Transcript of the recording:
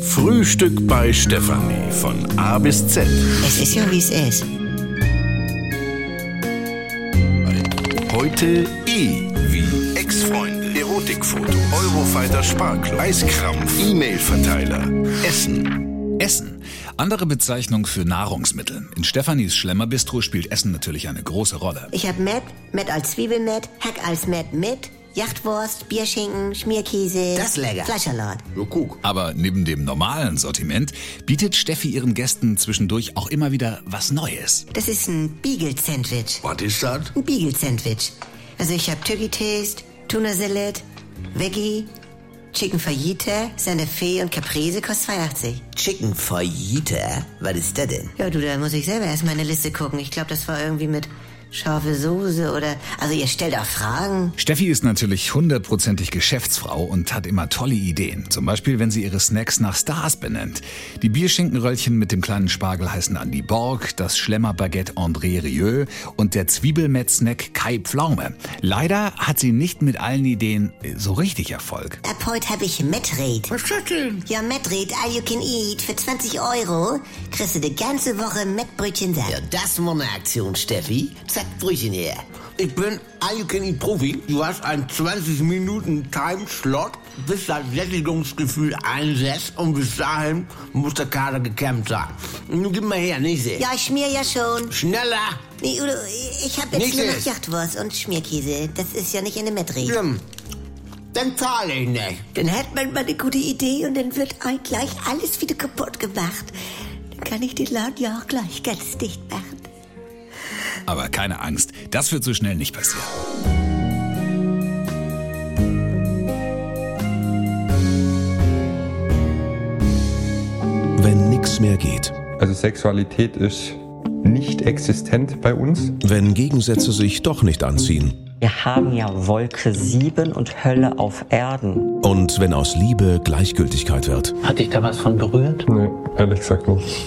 Frühstück bei Stefanie von A bis Z. Es ist ja, wie es ist. Heute E wie Ex-Freunde, Erotikfoto, Eurofighter Sparklo, Eiskrampf, E-Mail-Verteiler, Essen. Essen. Andere Bezeichnung für Nahrungsmittel. In Stefanis Schlemmerbistro spielt Essen natürlich eine große Rolle. Ich hab Met, Met als Zwiebelmet, Hack als Met mit, Jachtwurst, Bierschinken, Schmierkäse. Das ist lecker. Fleischsalat. Jo, guck. Aber neben dem normalen Sortiment bietet Steffi ihren Gästen zwischendurch auch immer wieder was Neues. Das ist ein Beagle-Sandwich. Was ist das? Ein Beagle-Sandwich. Also ich hab Turkey Taste, Tuna Salad, Veggie, Chicken Fajita, Santa Fe und Caprese kostet 2,80. Chicken Fajita? Was ist das denn? Ja, du, da muss ich selber erstmal eine Liste gucken. Ich glaube, das war irgendwie mit scharfe Soße oder... Also ihr stellt auch Fragen. Steffi ist natürlich hundertprozentig Geschäftsfrau und hat immer tolle Ideen. Zum Beispiel, wenn sie ihre Snacks nach Stars benennt. Die Bierschinkenröllchen mit dem kleinen Spargel heißen Andi Borg, das Schlemmerbaguette André Rieu und der Zwiebelmett-Snack Kai Pflaume. Leider hat sie nicht mit allen Ideen so richtig Erfolg. Ab heute habe ich Metrate. Was ist das denn? Ja, Metrate, all you can eat, für 20 Euro kriegst du die ganze Woche Metbrötchen satt. Ja, das war eine Aktion, Steffi. Zack, Brötchen her. Ich bin ah, eigentlich Profi. Du hast einen 20-Minuten-Timeslot, bis das Sättigungsgefühl einsetzt und bis dahin muss der Kader gekämmt sein. Nun gib mal her, nicht sehen. Ja, ich schmier ja schon. Schneller! Nee, Udo, ich habe jetzt Nicht nur noch jetzt. Jachtwurst und Schmierkäse. Das ist ja nicht in der Metrate. Schlimm. Dann zahle ich nicht. Dann hat man mal eine gute Idee und dann wird einem gleich alles wieder kaputt gemacht. Dann kann ich den Laden ja auch gleich ganz dicht machen. Aber keine Angst, das wird so schnell nicht passieren. Wenn nichts mehr geht. Also Sexualität ist nicht existent bei uns. Wenn Gegensätze sich doch nicht anziehen. Wir haben ja Wolke 7 und Hölle auf Erden. Und wenn aus Liebe Gleichgültigkeit wird. Hat dich da was von berührt? Nee, ehrlich gesagt nicht.